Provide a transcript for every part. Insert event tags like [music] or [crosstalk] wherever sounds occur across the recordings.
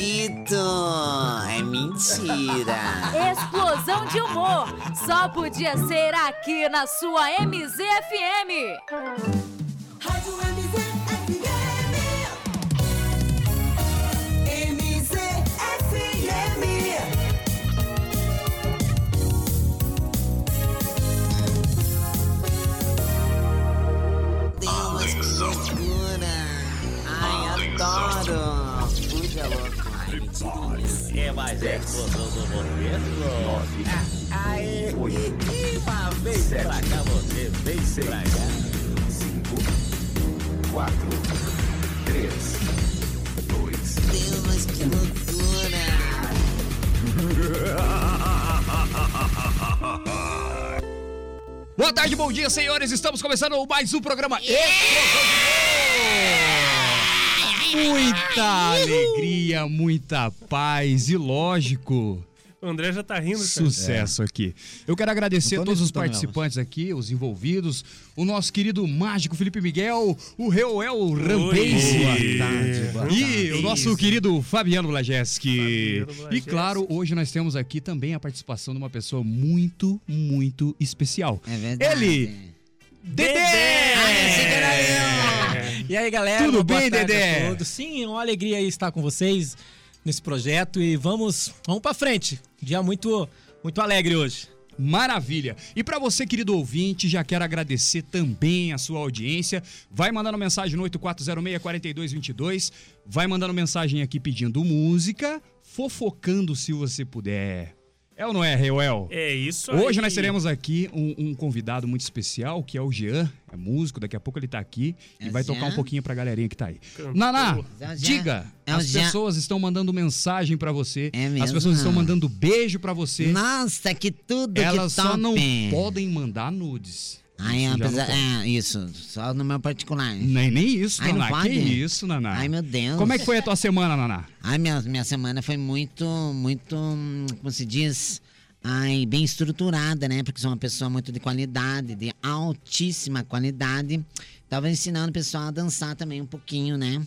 Dito! É mentira! Explosão de humor! Só podia ser aqui na sua MZFM! Rádio MZFM. MZFM. Atenção! Ai, adoro! Puxa louco! Ai, mentira! É mais a explosão do momento. Ai, E uma vez pra cá, você vem pra cá. 4, 3, 2, Deus, que loucura! Boa tarde, bom dia, senhores. Estamos começando mais um programa. Muita alegria, muita paz e, lógico, O André já tá rindo, cara. sucesso aqui. Eu quero agradecer a É. Não tô todos os necessitando, não, participantes aqui, os envolvidos, o nosso querido mágico Felipe Miguel, o Reuel Rampage. E o nosso querido Fabiano Blajeski. Fabiano E Blajeski. claro, hoje nós temos aqui também a participação de uma pessoa muito, muito especial. É verdade. Ele- Dedé! E aí, galera? Tudo uma boa bem, tarde Dedé? a todos. Sim, é uma alegria estar com vocês nesse projeto e vamos, vamos para frente. Dia muito, muito alegre hoje. Maravilha! E pra você, querido ouvinte, já quero agradecer também a sua audiência. Vai mandando mensagem no 8406-4222. Vai mandando mensagem aqui pedindo música, fofocando se você puder. É ou não é, Reuel? É isso aí. Hoje nós teremos aqui um, um convidado muito especial, que é o Jean, é músico, daqui a pouco ele tá aqui e É vai o tocar Jean? um pouquinho pra galerinha que tá aí. Cantor. Naná, É o Jean. diga, É o as Jean. pessoas estão mandando mensagem pra você, É mesmo? as pessoas estão mandando beijo pra você. Nossa, que tudo Elas que top! só não podem mandar nudes. Ai, Isso já apesar- não pode. Né. é, isso, só no meu particular. Nem, nem isso, Ai, não Naná. Que pode? isso, Naná. Ai, meu Deus. Como é que foi a tua semana, Naná? Ai, minha, minha semana foi muito, muito, hum, como se diz, ai, bem estruturada, né? Porque sou uma pessoa muito de qualidade, de altíssima qualidade. Tava ensinando o pessoal a dançar também um pouquinho, né?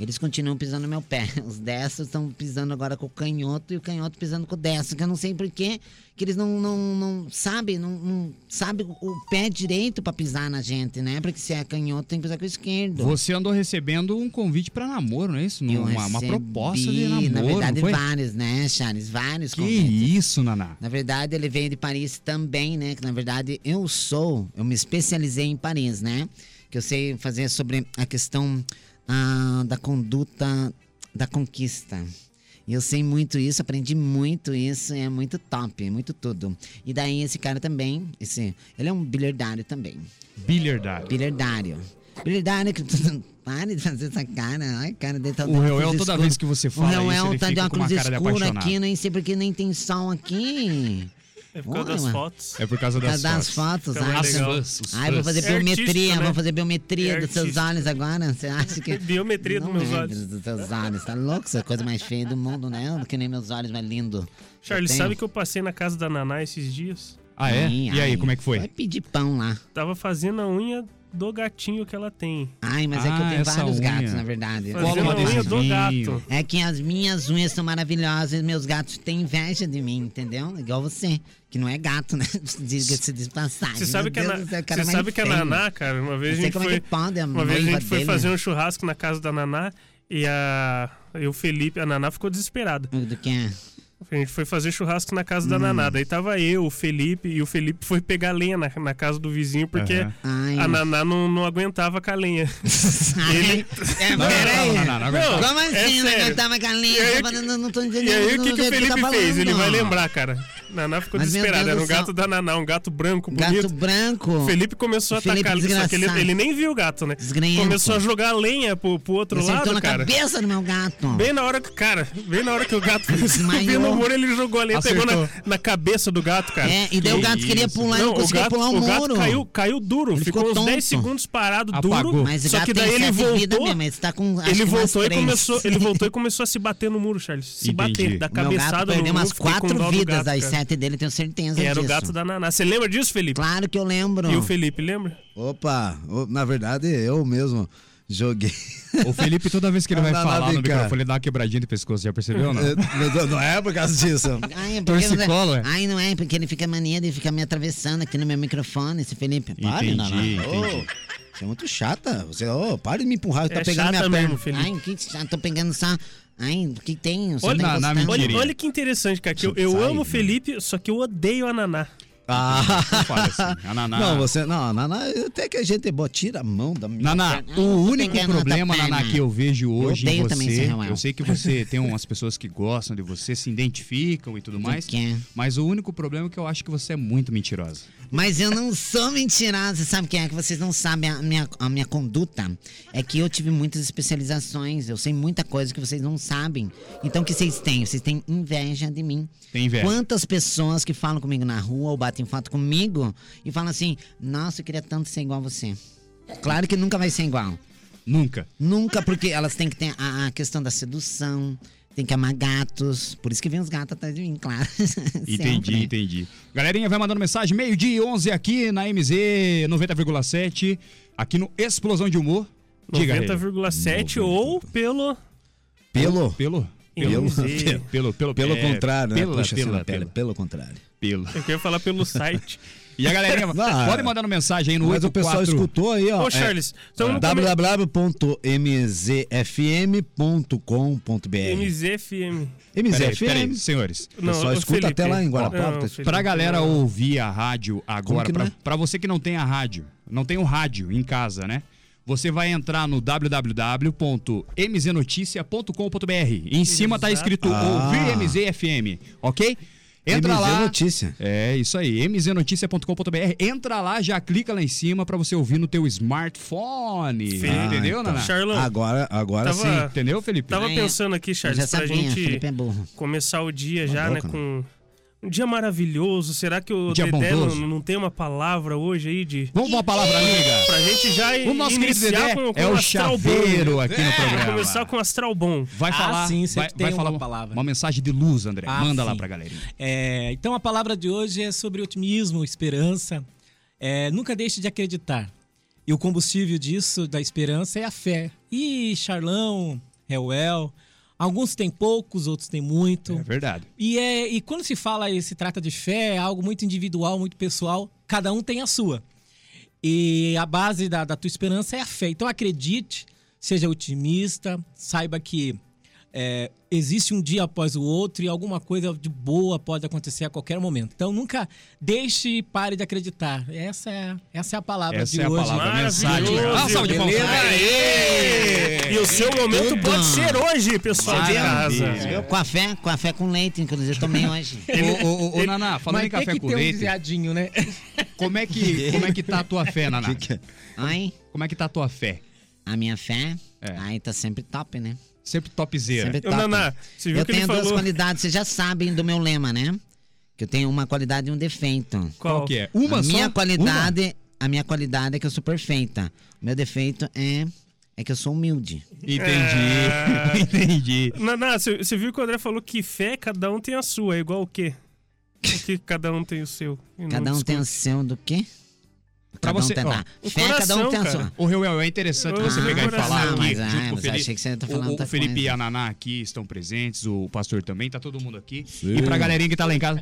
Eles continuam pisando no meu pé. [laughs] Os destros estão pisando agora com o canhoto e o canhoto pisando com o destro. Que eu não sei porquê que eles não, não, não sabem, não, não sabem o pé direito pra pisar na gente, né? Porque se é canhoto tem que pisar com o esquerdo. Você andou recebendo um convite pra namoro, não é isso? Eu uma, uma recebi, proposta de namoro, Na verdade, não foi? vários, né, Charles? Vários Que convites. isso, Naná. Na verdade, ele veio de Paris também, né? Que na verdade eu sou, eu me especializei em Paris, né? Que eu sei fazer sobre a questão ah, da conduta da conquista. E eu sei muito isso, aprendi muito isso, é muito top, muito tudo. E daí esse cara também, esse, ele é um bilhardário também. Bilhardário. Bilhardário. Bilhardário que. Pare de fazer essa cara. Ai, cara dele tá O Reuel, toda vez que você fala O Reuel isso, ele tá de fica com uma óculos cara de escuro apaixonado. aqui, nem sei porque nem tem sol aqui. É por causa Olha, das mano. fotos. É por causa Por causa das, das fotos, Fica ai, mais cara. legal. Os Ai, vou fazer É artístico, biometria, né? vou fazer biometria É dos seus artístico. olhos agora. Você acha que. [laughs] Biometria dos Não meus é olhos. Dos seus olhos, tá louco? Essa coisa mais feia do mundo, né? Que nem meus olhos, mas lindo. Charles, Eu tenho. sabe que eu passei na casa da Naná esses dias? Ah, é? Sim, e aí, ai, como é que Vai foi? pedir pão lá. Tava fazendo a unha do gatinho que ela tem. Ai, mas é que Ah, eu tenho essa vários unha. gatos, na verdade. Cola Fazendo uma a unha do adesivinho. gato. É que as minhas unhas são maravilhosas e meus gatos têm inveja de mim, entendeu? Igual você, que não é gato, né? [laughs] Diga-se de passagem. Você sabe Meu que a, Deus Na- do céu, o cara você mais sabe que a feio. Naná, cara, uma Não vez a sei gente como é foi. que pode, a uma vez a noiva gente foi dele. fazer um churrasco na casa da Naná e a. E o Felipe, a Naná ficou desesperada. Do [laughs] que é? A gente foi fazer churrasco na casa Hum. da Naná. Daí tava eu, o Felipe, e o Felipe foi pegar lenha na, na casa do vizinho, porque Aham. Ai. a Naná não, não aguentava com a lenha. Ai, É, Não, peraí. não, não, não, não, não. Não. Como É assim? sério. Eu tava com a E aí, linha, tava- não, não tô entendendo. E aí, o que, não que o sei tá Felipe fez? Ele falando. vai lembrar, cara. Naná ficou Mas, meu desesperada. Deus Era do um céu. gato da Naná, um gato branco, bonito. Gato branco. O Felipe começou a O Felipe atacar. Só que ele, desgraçado. ele nem viu o gato, né? Desgrenhento. Começou a jogar lenha pro, pro outro Acertou lado, na cara. cabeça do meu gato. Bem na hora que, cara, bem na hora que o gato [laughs] subiu Desmaiou. no muro, ele jogou a lenha, pegou na, Acertou. na cabeça do gato, cara. É, e daí o gato queria pular, não, Não, o conseguia gato, pular o o muro. gato caiu, caiu duro, Ele ficou, ficou uns 10 tonto. segundos parado, Apagou. duro. Mas o só gato que daí tem ele sete vida voltou. mesmo, ele tá com. acho Ele que umas voltou, e três. começou, ele voltou e começou a se bater no muro, Charles. Se Entendi. bater, da O meu gato cabeçada no perdeu muro. umas fiquei com dó quatro do vidas gato, das cara. sete dele, tenho certeza Era disso. o gato da Naná. Você lembra disso, Felipe? Claro que eu lembro. E o Felipe, lembra? Opa, o- na verdade eu mesmo Joguei. [laughs] O Felipe, toda vez que ele Ah, vai não, não, falar no vem cá. microfone, ele dá uma quebradinha de pescoço, já percebeu ou não? Não, não é por [laughs] causa disso. Ai, é porque Torcicolo, não é? é- Ai, não é, porque ele fica mania de ficar me atravessando aqui no meu microfone, esse Felipe. Para, Entendi, Naná. entendi. Ô, Você é muito chata. Você, ô, para de me empurrar, você É tá pegando chata minha mesmo, perna. Felipe. Ai, que, já tô pegando só. Ai, o tá que tem? Eu só Olha, tenho Naná, gostado. mentira. Olha, Queria. olha que interessante, cara. que eu, eu Sai, amo o né? Felipe, só que eu odeio a Naná. Ah, Não [laughs] fala assim. A Naná. não, você. Não, Naná, até que a gente é boa, tira a mão da minha. Naná, Ah, o tô único pegando problema, outra Naná, perna. que eu vejo hoje em odeio você. também esse Rael. eu sei que você tem umas pessoas que gostam de você, se identificam e tudo mais. quê? Mas o único problema é que eu acho que você é muito mentirosa. Mas eu não sou mentirosa, sabe quem é? Que vocês não sabem a minha, a minha conduta. É que eu tive muitas especializações, eu sei muita coisa que vocês não sabem. Então o que vocês têm? Vocês têm inveja de mim. Tem inveja. Quantas pessoas que falam comigo na rua ou batem foto comigo e falam assim: Nossa, eu queria tanto ser igual a você. Claro que nunca vai ser igual. Nunca. Nunca, porque elas têm que ter a, a questão da sedução, tem que amar gatos. Por isso que vem os gatos atrás de mim, claro. [laughs] Entendi, Sempre. entendi. Galerinha, vai mandando mensagem, meio-dia e 11 aqui na MZ 90,7, aqui no Explosão de Humor. Diga, Rei. 90,7 ou pelo. Pelo. Pelo. Pelo- MZ. [laughs] Pelo, pelo, Pelo é, contrário, né? pela, Puxa assim pela, na tela, pela, pelo contrário. pelo. Eu queria falar pelo site. E a galerinha, [laughs] Não, pode mandando mensagem aí no Mas o pessoal 84. escutou aí, ó. é Ô, Charles, então um estamos no come- www.mzfm.com.br MZFM. Peraí, MZFM. peraí, senhores. O pessoal ô, escuta Felipe. até lá em Guarapava, Não, tá- Felipe. Pra galera ouvir a rádio agora, que pra, não é? pra você que não tem a rádio, não tem um rádio em casa, né? Você vai entrar no www.mznoticia.com.br. Em cima tá Exato. escrito Ah. ouvir MZFM, ok? Entra MZ lá. Notícia. É, isso aí, mznoticia.com.br. Entra lá, já clica lá em cima pra você ouvir no teu smartphone. Felipe. entendeu, então. Naná? Charlão, Agora, agora Tava- sim. Entendeu, Felipe? tava Ah, é. pensando aqui, Eu Charles, já pra sabia, gente Felipe é burro. começar o dia Tá já, né? louco, Com um dia maravilhoso. Será que o Um Dia Dedé não, bondoso. não tem uma palavra hoje aí de. Vamos pra uma palavra amiga? Pra gente já O nosso querido Dedé iniciar com, com é o astral bom, chaveiro né? aqui no Pra programa. começar com um astral bom. Vai Ah, falar, sim, vai, sempre vai tem falar uma palavra. Uma mensagem de luz, André. Ah, Manda lá sim. pra galerinha. É, então a palavra de hoje é sobre otimismo, esperança. É, nunca deixe de acreditar. E o combustível disso, da esperança, é a fé. E Charlão, Hewell, alguns têm poucos, outros têm muito. É verdade. E, é, e quando se fala e se trata de fé, é algo muito individual, muito pessoal. Cada um tem a sua. E a base da, da tua esperança é a fé. Então acredite, seja otimista, saiba que é, existe um dia após o outro e alguma coisa de boa pode acontecer a qualquer momento. Então nunca deixe e pare de acreditar. Essa é, essa é a palavra Essa de é a hoje. Ah, palavra, mensagem. Maravilhoso, Dá uma salva de palmas. beleza? E o seu momento pode ser hoje, pessoal de casa. Maravilha. Com a fé, com a fé com leite, inclusive, eu tomei [laughs] hoje. Ô, ô, ô, ô, Naná, Tá falando em Mas tem café que com ter um leite, viadinho, né? como, é que, como é que tá a tua [laughs] fé, Naná? é? Ai, Como é que tá a tua fé? a minha fé, É. aí tá sempre top, né? Sempre topzera. Sempre Ô, top. Naná, você viu eu que ele tenho duas falou? qualidades, vocês já sabem do meu lema, né? Que eu tenho uma qualidade e um defeito. Qual que é? Uma a só? minha Uma? qualidade, a minha qualidade é que eu sou perfeita. O meu defeito é é que eu sou humilde. Hum, É. Entendi. [laughs] Entendi. É. Naná, você você viu que o André falou que fé, cada um tem a sua. É igual o quê? O que cada um tem o seu. E não Cada um tem o discute. seu do quê? Pra Cada um você- tem- ó, ah, o fé, cada um coração, tem a cara. sua. Ô, Reuel, é interessante Ah, você pegar e falar não, aqui mas, ah, junto com o mas Felipe. achei que você tá O- falando o, outra Felipe coisa. e a Naná aqui estão presentes, o pastor também, tá todo mundo aqui. E pra galerinha que tá lá [laughs] em casa,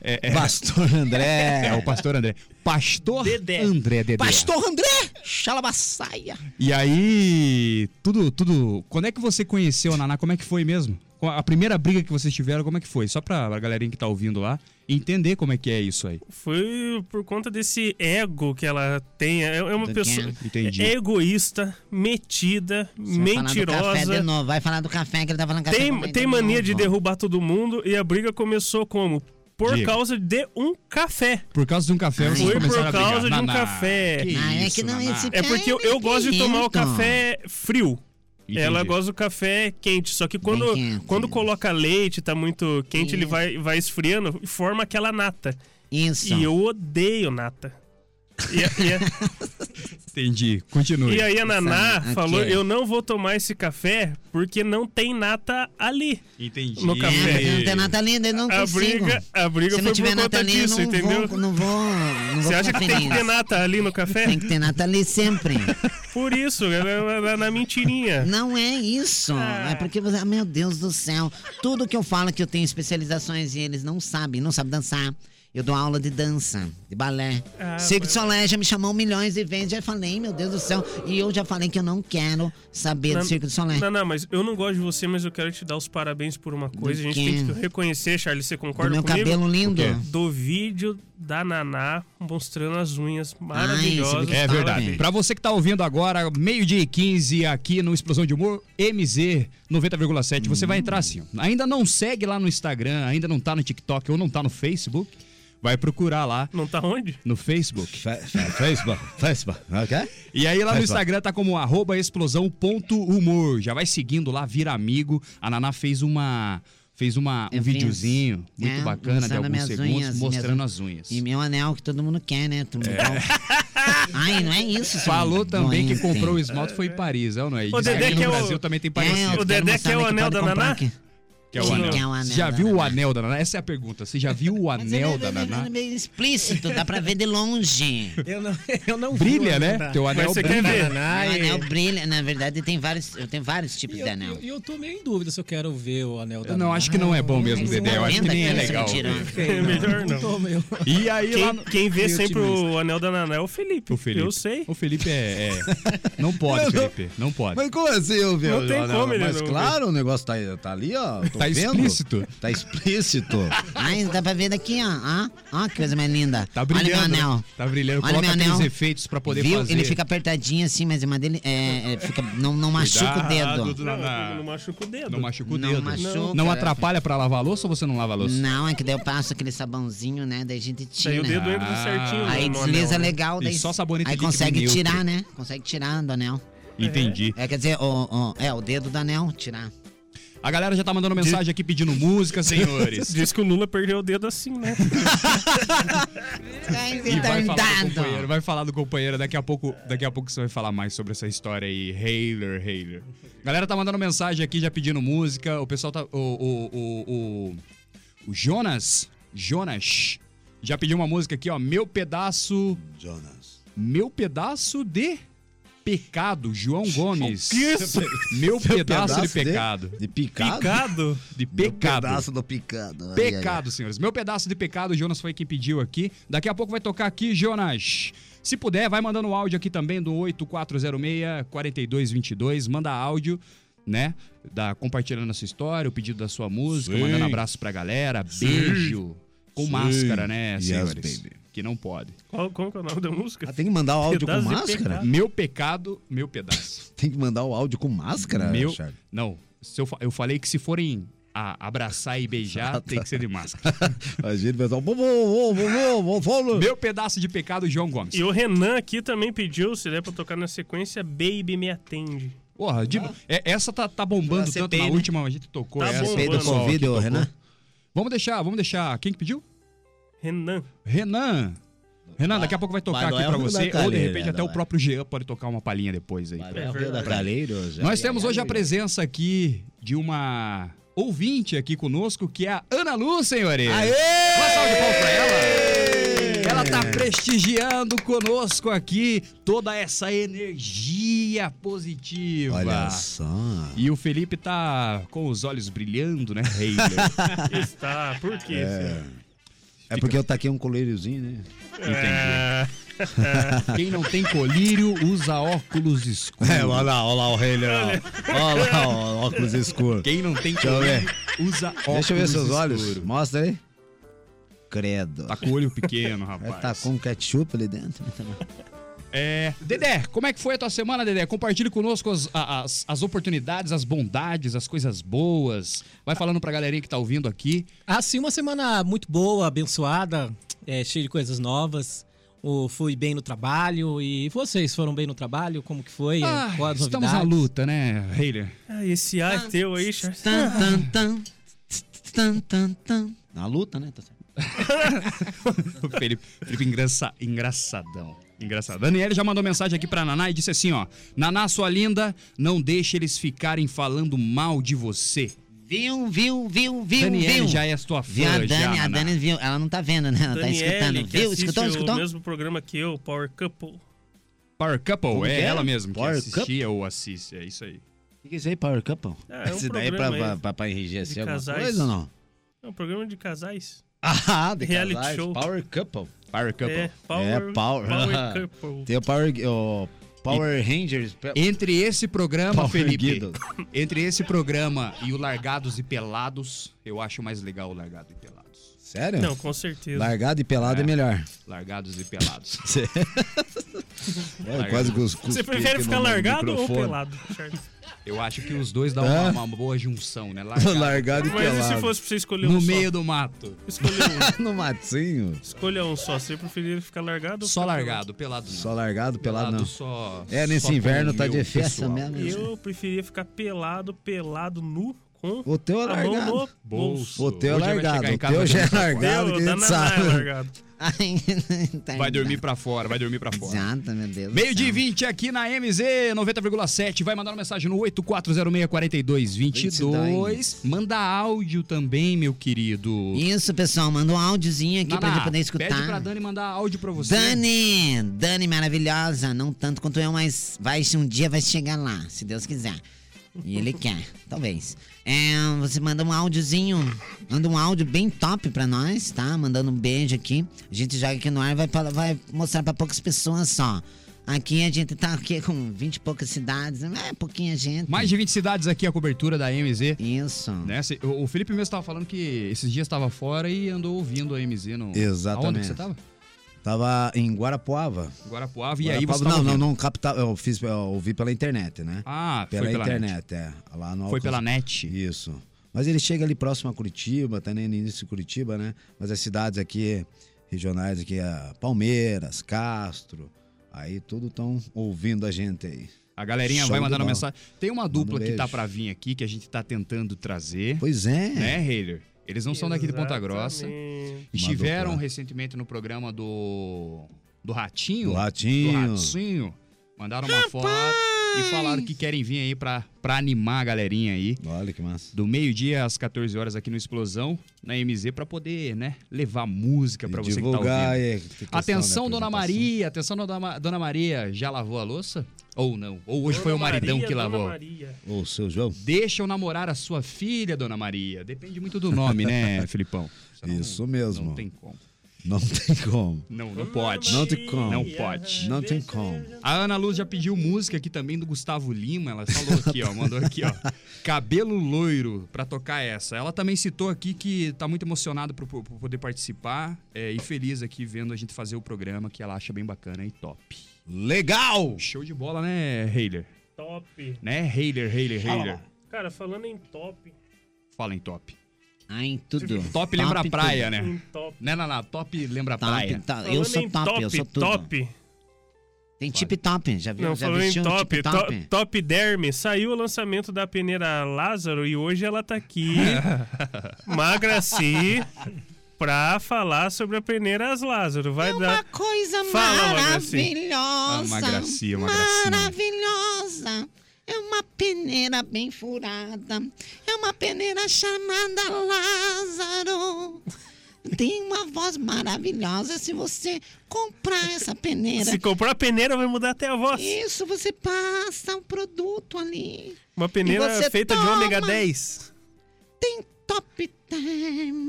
é, é- Pastor André. é o pastor André. Pastor André Dedé. Pastor André! Xalabassaia! E aí, tudo, tudo. Quando é que você conheceu a Naná? Como é que foi mesmo? Com A primeira briga que vocês tiveram, como é que foi? Só pra a galerinha que tá ouvindo lá entender como é que é isso aí. Foi por conta desse ego que ela tem. É é uma Do pessoa quê? Entendi. é egoísta, metida, Vai falar do café de mentirosa. novo, Vai falar do café que ele tá falando café com Tem, leite tem mania de novo. derrubar todo mundo e a briga começou como? Por Diga. causa de um café. Por causa de um café, vocês Foi por começaram a brigar. causa de um Naná, café. Que Ah, é isso, que não, Naná. esse- É porque eu, Ai, eu gosto de tomar o querido. café frio. Entendi. Ela gosta do café quente, só que quando, Bem quente. quando coloca leite, tá muito quente, ele Isso. vai, vai esfriando e forma aquela nata. Isso. E eu odeio nata. E, a- e é a- Entendi. Continue. e aí a Naná Aqui. falou: é. Eu não vou tomar esse café porque não tem nata ali. Entendi. No É, café. mas não tem nada linda, eu não A consigo. briga, a briga Se não foi tiver por conta nata linda, disso, eu não entendeu? vou, não vou, não vou Você acha ficar que feliz. tem que ter nata ali no café? Tem que ter nata ali sempre. Por isso, é, ela- ela- ela- na mentirinha. Não é isso. É porque você. ah, Meu Deus do céu. Tudo que eu falo é que eu tenho especializações e eles não sabem, não sabem dançar. Eu dou aula de dança, de balé. Ah, Cirque du Soleil já me chamou milhões de vezes. Já falei, meu Deus do céu. E eu já falei que eu não quero saber do Cirque du Soleil. Não, não, mas eu não gosto de você, mas eu quero te dar os parabéns por uma coisa. A gente quê? tem que reconhecer, Charles, você do concorda meu comigo? cabelo lindo. Do vídeo da Naná mostrando as unhas Ai, maravilhosas. esse É Fala verdade. bem. Pra você que tá ouvindo agora, meio-dia e 15 aqui no Explosão de Humor, MZ 90,7, você vai entrar assim. ó. Ainda não segue lá no Instagram, ainda não tá no TikTok ou não tá no Facebook, vai procurar lá Não tá onde? no Facebook. Fe- fe- Facebook, Facebook, ok? E aí lá no Vai, Instagram tá como arroba explosão.humor. Já vai seguindo lá, vira amigo. A Naná fez uma... Fez uma, um Eu fiz. videozinho muito É, bacana de mostrando alguns minhas segundos unhas, mostrando minhas- as unhas. E meu anel que todo mundo quer, né? Tu- [laughs] Ai, não é isso, senhor. Falou também que Doente. comprou o esmalte foi em Paris, é ou não é? E Ô, diz Dedé, aqui que no é o- Brasil também tem eu parecido. quero Dedé mostrar que é o onde anel pode da comprar Naná? aqui. Que é o Sim, anel. que é o anel Já da viu o Naná. anel da Naná? Essa é a pergunta. Você já viu o Mas ele anel é da meio- Naná? meio explícito, dá pra ver de longe. [laughs] Eu não, [laughs] eu não vi Brilha, o né? anel da- Teu Mas anel você quer brilha. ver? O Naná anel brilha, na verdade tem vários, eu tenho vários tipos E de eu, anel. eu, eu tô meio em dúvida se eu quero ver o anel da Eu é, não, acho [laughs] que né? não é bom mesmo, Mas é uma Dedé. Eu acho que lenda nem é que esse legal. mentiroso. É melhor não. Tô meio. E aí lá... Quem, no- quem vê Meio sempre otimista. o anel da Naná é o Felipe. O Felipe. Eu sei. O Felipe é... é- Não pode, Não, não. Felipe. Não pode. Mas como assim, eu vi? Não tem como ele Mas não- claro, o negócio tá, aí- tá ali, ó. tô Tá vendo. explícito. Tá explícito. Ai, dá pra ver daqui, ó. ó. Ó, que coisa mais linda. Tá brilhando. Olha meu anel. Tá brilhando. Olha Coloca meu aqueles anel. efeitos pra poder Viu? fazer. Ele fica apertadinho assim, mas é uma dele... é, é, fica, não, não machuca o Cuidado, dedo. Não, Naná. não machuca o dedo. Não machuca o Não dedo. machuca. Não atrapalha pra lavar a louça ou você não lava a louça? Não, é que daí eu passo aquele sabãozinho, né? Daí a gente tira. Daí o dedo entra Ah. certinho. Aí no desliza anel, né? legal, E daí só sabonete aí líquido consegue neutro. tirar, né? Consegue tirar do anel. Entendi. É, quer dizer, o, o- é, o dedo do anel, tirar. A galera já tá mandando mensagem aqui pedindo música, [laughs] senhores. Diz que o Lula perdeu o dedo assim, né? [laughs] Ai, E vai falar, do dando. companheiro, vai falar do companheiro, daqui a pouco, daqui a pouco você vai falar mais sobre essa história aí, Hailer, Hailer. Galera tá mandando mensagem aqui já pedindo música, o pessoal tá o o, o, o- o Jonas, Jonas já pediu uma música aqui, ó, meu pedaço, Jonas. meu pedaço de pecado, João Gomes. isso? Meu pedaço, de Um pedaço de- pecado. De picado? Picado. De Meu pecado. Pedaço do picado. Ai, ai, ai. Pecado, senhores. Meu pedaço de pecado, o Jonas foi quem pediu aqui. Daqui a pouco vai tocar aqui, Jonas. Se puder, vai mandando o áudio aqui também do 8406-4222. Manda áudio, né? Da, compartilhando a sua história, o pedido da sua música, Sim. mandando abraço pra galera. Beijo. Com Sim. máscara, né, Yes, senhores? baby. Que não pode. Qual, qual que é o nome da Ah, música? tem que mandar o áudio Pedaço com de máscara? pecado. Meu pecado, meu [laughs] pedaço. Tem que mandar o áudio com máscara, meu. Charles? Não, se eu, fa- eu falei que se forem ah, abraçar e [laughs] beijar, tem que ser de máscara. Imagina o pessoal. Vovô, vovô, vovô, vovô. meu pedaço de pecado, João Gomes. E o Renan aqui também pediu, se der pra tocar na sequência, Baby Me Atende. Porra, de- é- essa tá, tá bombando Pra tanto CPI, na né? última, a gente tocou Tá essa. Você bombando. o do pessoal aqui Covid, ô, tocou. Renan? Vamos deixar, vamos deixar. Quem que pediu? [laughs] Renan. Renan. Renan, daqui a pouco vai tocar Manuel aqui pra Rio você. da Ou de Calheira, repente até o vai. próprio Jean pode tocar uma palhinha depois aí. Manuel Rio verdade. da é Calheiros. Nós Ai, temos ai, hoje ai. a presença aqui de uma ouvinte aqui conosco, que é a Ana Lu, senhores. Aê! Uma salva de palmas pra ela. Ela tá prestigiando conosco aqui toda essa energia positiva. Olha só. E o Felipe tá com os olhos brilhando, né? Hater. [laughs] Está, por quê? senhor? É porque eu taquei um coleirozinho, né? Entendi. Quem não tem colírio usa óculos escuros. [laughs] É, olha lá, olha lá o rei, [laughs] olha lá. Olha lá, ó, óculos escuros. Quem não tem Deixa eu colírio usa óculos escuros. Deixa eu ver seus olhos. Mostra aí. Credo. Tá com o olho pequeno, rapaz. [laughs] É, tá com ketchup ali dentro. né? [laughs] É, Dedé, como é que foi a tua semana, Dedé? Compartilhe conosco as, a- as, as oportunidades, as bondades, as coisas boas. Vai falando pra galerinha que tá ouvindo aqui. Assim, uma semana muito boa, abençoada, é, cheia de coisas novas. O, fui bem no trabalho e vocês foram bem no trabalho? Como que foi? Ah, Qual as estamos na novidades? luta, né, Heiler? Ah, esse A é teu aí, Charles. Tan, tan, tan. Tan, tan, tan. Na luta, né? Tá certo. o [laughs] Felipe, Felipe engraça- engraçadão. Engraçado. Daniele já mandou mensagem aqui pra Naná e disse assim, ó. Naná, sua linda, não deixe eles ficarem falando mal de você. Viu, viu, viu, viu, Daniele viu. já é sua fã, Viu a já, né? Dani, a Naná. Dani viu. Ela não tá vendo, né? Ela tá escutando. que Viu? assiste Escutou, escutou? o mesmo programa que eu, Power Couple. Power Couple, Como é, que é? ela mesma que Power assistia ou assiste, é isso aí. O que é isso aí, Power Couple? Ah, é um Esse daí é pra, programa pra, aí pra, pra enrijecer de alguma casais. coisa ou não? [laughs] É um programa de casais. Ah, de Reality casais, show. Power Couple. Power Couple. É, Power, É, Power. [laughs] Power Couple. Tem o Power, o Power Rangers. Entre esse programa, Power Felipe, Guido. [laughs] entre esse programa e o Largados e Pelados, eu acho mais legal o Largado e Pelados. Sério? Não, com certeza. Largado e pelado é, melhor. Largados e Pelados. [laughs] É, quase que os Você prefere ficar largado ou pelado, Charles? Eu acho que os dois dão uma, É? uma boa junção, né? [laughs] Largado, [laughs] Largado e Mas e pelado. se fosse pra você escolher um no só? meio do mato. Escolha um. [laughs] No matinho. Escolha um só. Você preferia ficar largado ou Só ficar largado, pelado não. Só largado, pelado, pelado não. só. É, nesse só com inverno o tá meu de festa pessoal. mesmo. pelado? Eu preferia ficar pelado, pelado, nu, com O teu é a mão largado. no Bolso. bolso. O teu é Hoje vai largado. chegar em O casa, teu vai já é dormir pra largado, Meu, que a da gente Naná é sabe. largado. [laughs] Ai, tá Vai dormir engraçado, pra fora, vai dormir pra fora. meu Deus. do Meio céu. de 20 aqui na MZ 90,7. Vai mandar uma mensagem no 84064222. 22. Manda áudio também, meu querido. Isso, pessoal. Manda um áudiozinho aqui pra Naná, gente poder escutar. Pede pra Dani mandar áudio pra você. Dani! Dani maravilhosa, não tanto quanto eu, mas vai, um dia vai chegar lá, se Deus quiser. E ele quer, talvez. É, você manda um áudiozinho, manda um áudio bem top pra nós, tá? Mandando um beijo aqui. A gente joga aqui no ar e vai, fala- vai mostrar pra poucas pessoas só. Aqui a gente tá aqui com 20 e poucas cidades, é pouquinha gente. Mais de 20 cidades aqui a cobertura da MZ. Isso. Né? Cê- O o Felipe mesmo tava falando que esses dias tava fora e andou ouvindo a MZ no. Exatamente. Aonde que você tava? Tava em Guarapuava. Guarapuava. E aí você tava Guarapuava- Não, não, ouvindo. não, capital. Eu, fiz, eu ouvi pela internet, né? Ah, pela, foi pela internet, é. Lá no Foi Alcance- pela net. Isso. Mas ele chega ali próximo a Curitiba, tá nem no início de Curitiba, né? Mas as cidades aqui, regionais aqui, é Palmeiras, Castro, aí tudo estão ouvindo a gente aí. A galerinha Show vai de mandando bola. mensagem. Tem uma dupla que beijo. tá pra vir aqui, que a gente tá tentando trazer. Pois é. Né, Heiler? Eles não são daqui de Ponta Grossa. Exatamente. Estiveram dupla. recentemente no programa do. Do Ratinho. Do Ratinho. Do Ratinho. Mandaram uma foto e falaram que querem vir aí pra, pra animar a galerinha aí. Olha que massa. Do meio-dia às 14 horas aqui no Explosão, na MZ, pra poder, né, levar música pra E você que tá divulgar, ouvindo. é, questão da Atenção, Dona apresentação. Maria. Atenção, Dona Ma- Dona Maria. Já lavou a louça? Ou não? Ou hoje foi o Dona maridão Maria, que Dona lavou? Maria. Ô, seu João. Deixa eu namorar a sua filha, Dona Maria. Depende muito do nome, [laughs] né, Filipão? não- Isso mesmo. Não tem como. Não [laughs] tem como. Não, não pode. Não tem como. Não pode. Não tem como. A Ana Luz já pediu música aqui também do Gustavo Lima. Ela falou [laughs] aqui, ó. Mandou aqui, ó. Cabelo loiro pra tocar essa. Ela também citou aqui que tá muito emocionada por, por poder participar é, e feliz aqui vendo a gente fazer o programa que ela acha bem bacana e top. Legal! Show de bola, né, Heiler? Top. Né, Heiler, Heiler, Heiler? Cara, falando em top, Fala em top. Ai, em tudo. Top lembra a tudo. praia, em né? top. Né, Naná? Top lembra a Top, praia. top. Eu Falando sou em top, eu sou tudo. Top. Tem tip top, já viu? Não, já falando em vestiu um top, tip to- top? top, Derme. Saiu o lançamento da peneira Lázaro e hoje ela tá aqui, Magraci, pra falar sobre a peneira Lázaro. Vai É Uma dar. coisa assim. Fala, uma gracinha. maravilhosa. Ah, uma gracinha, uma gracinha. maravilhosa. É uma peneira bem furada. É uma peneira chamada Lázaro. Tem uma voz maravilhosa. Se você comprar essa peneira, Se comprar a peneira, vai mudar até a voz. isso você passa um produto ali. Uma peneira E você feita de toma. ômega 10. Tem Top Term,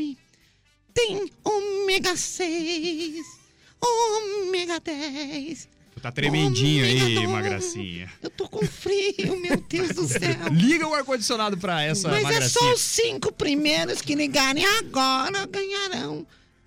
tem ômega 6, ômega 10. Tu tá tremendinho aí, Obrigado. Magracinha. Eu tô com frio, meu Deus do céu. Liga o ar-condicionado pra essa Mas é Magracinha. só os cinco primeiros que ligarem agora ganharão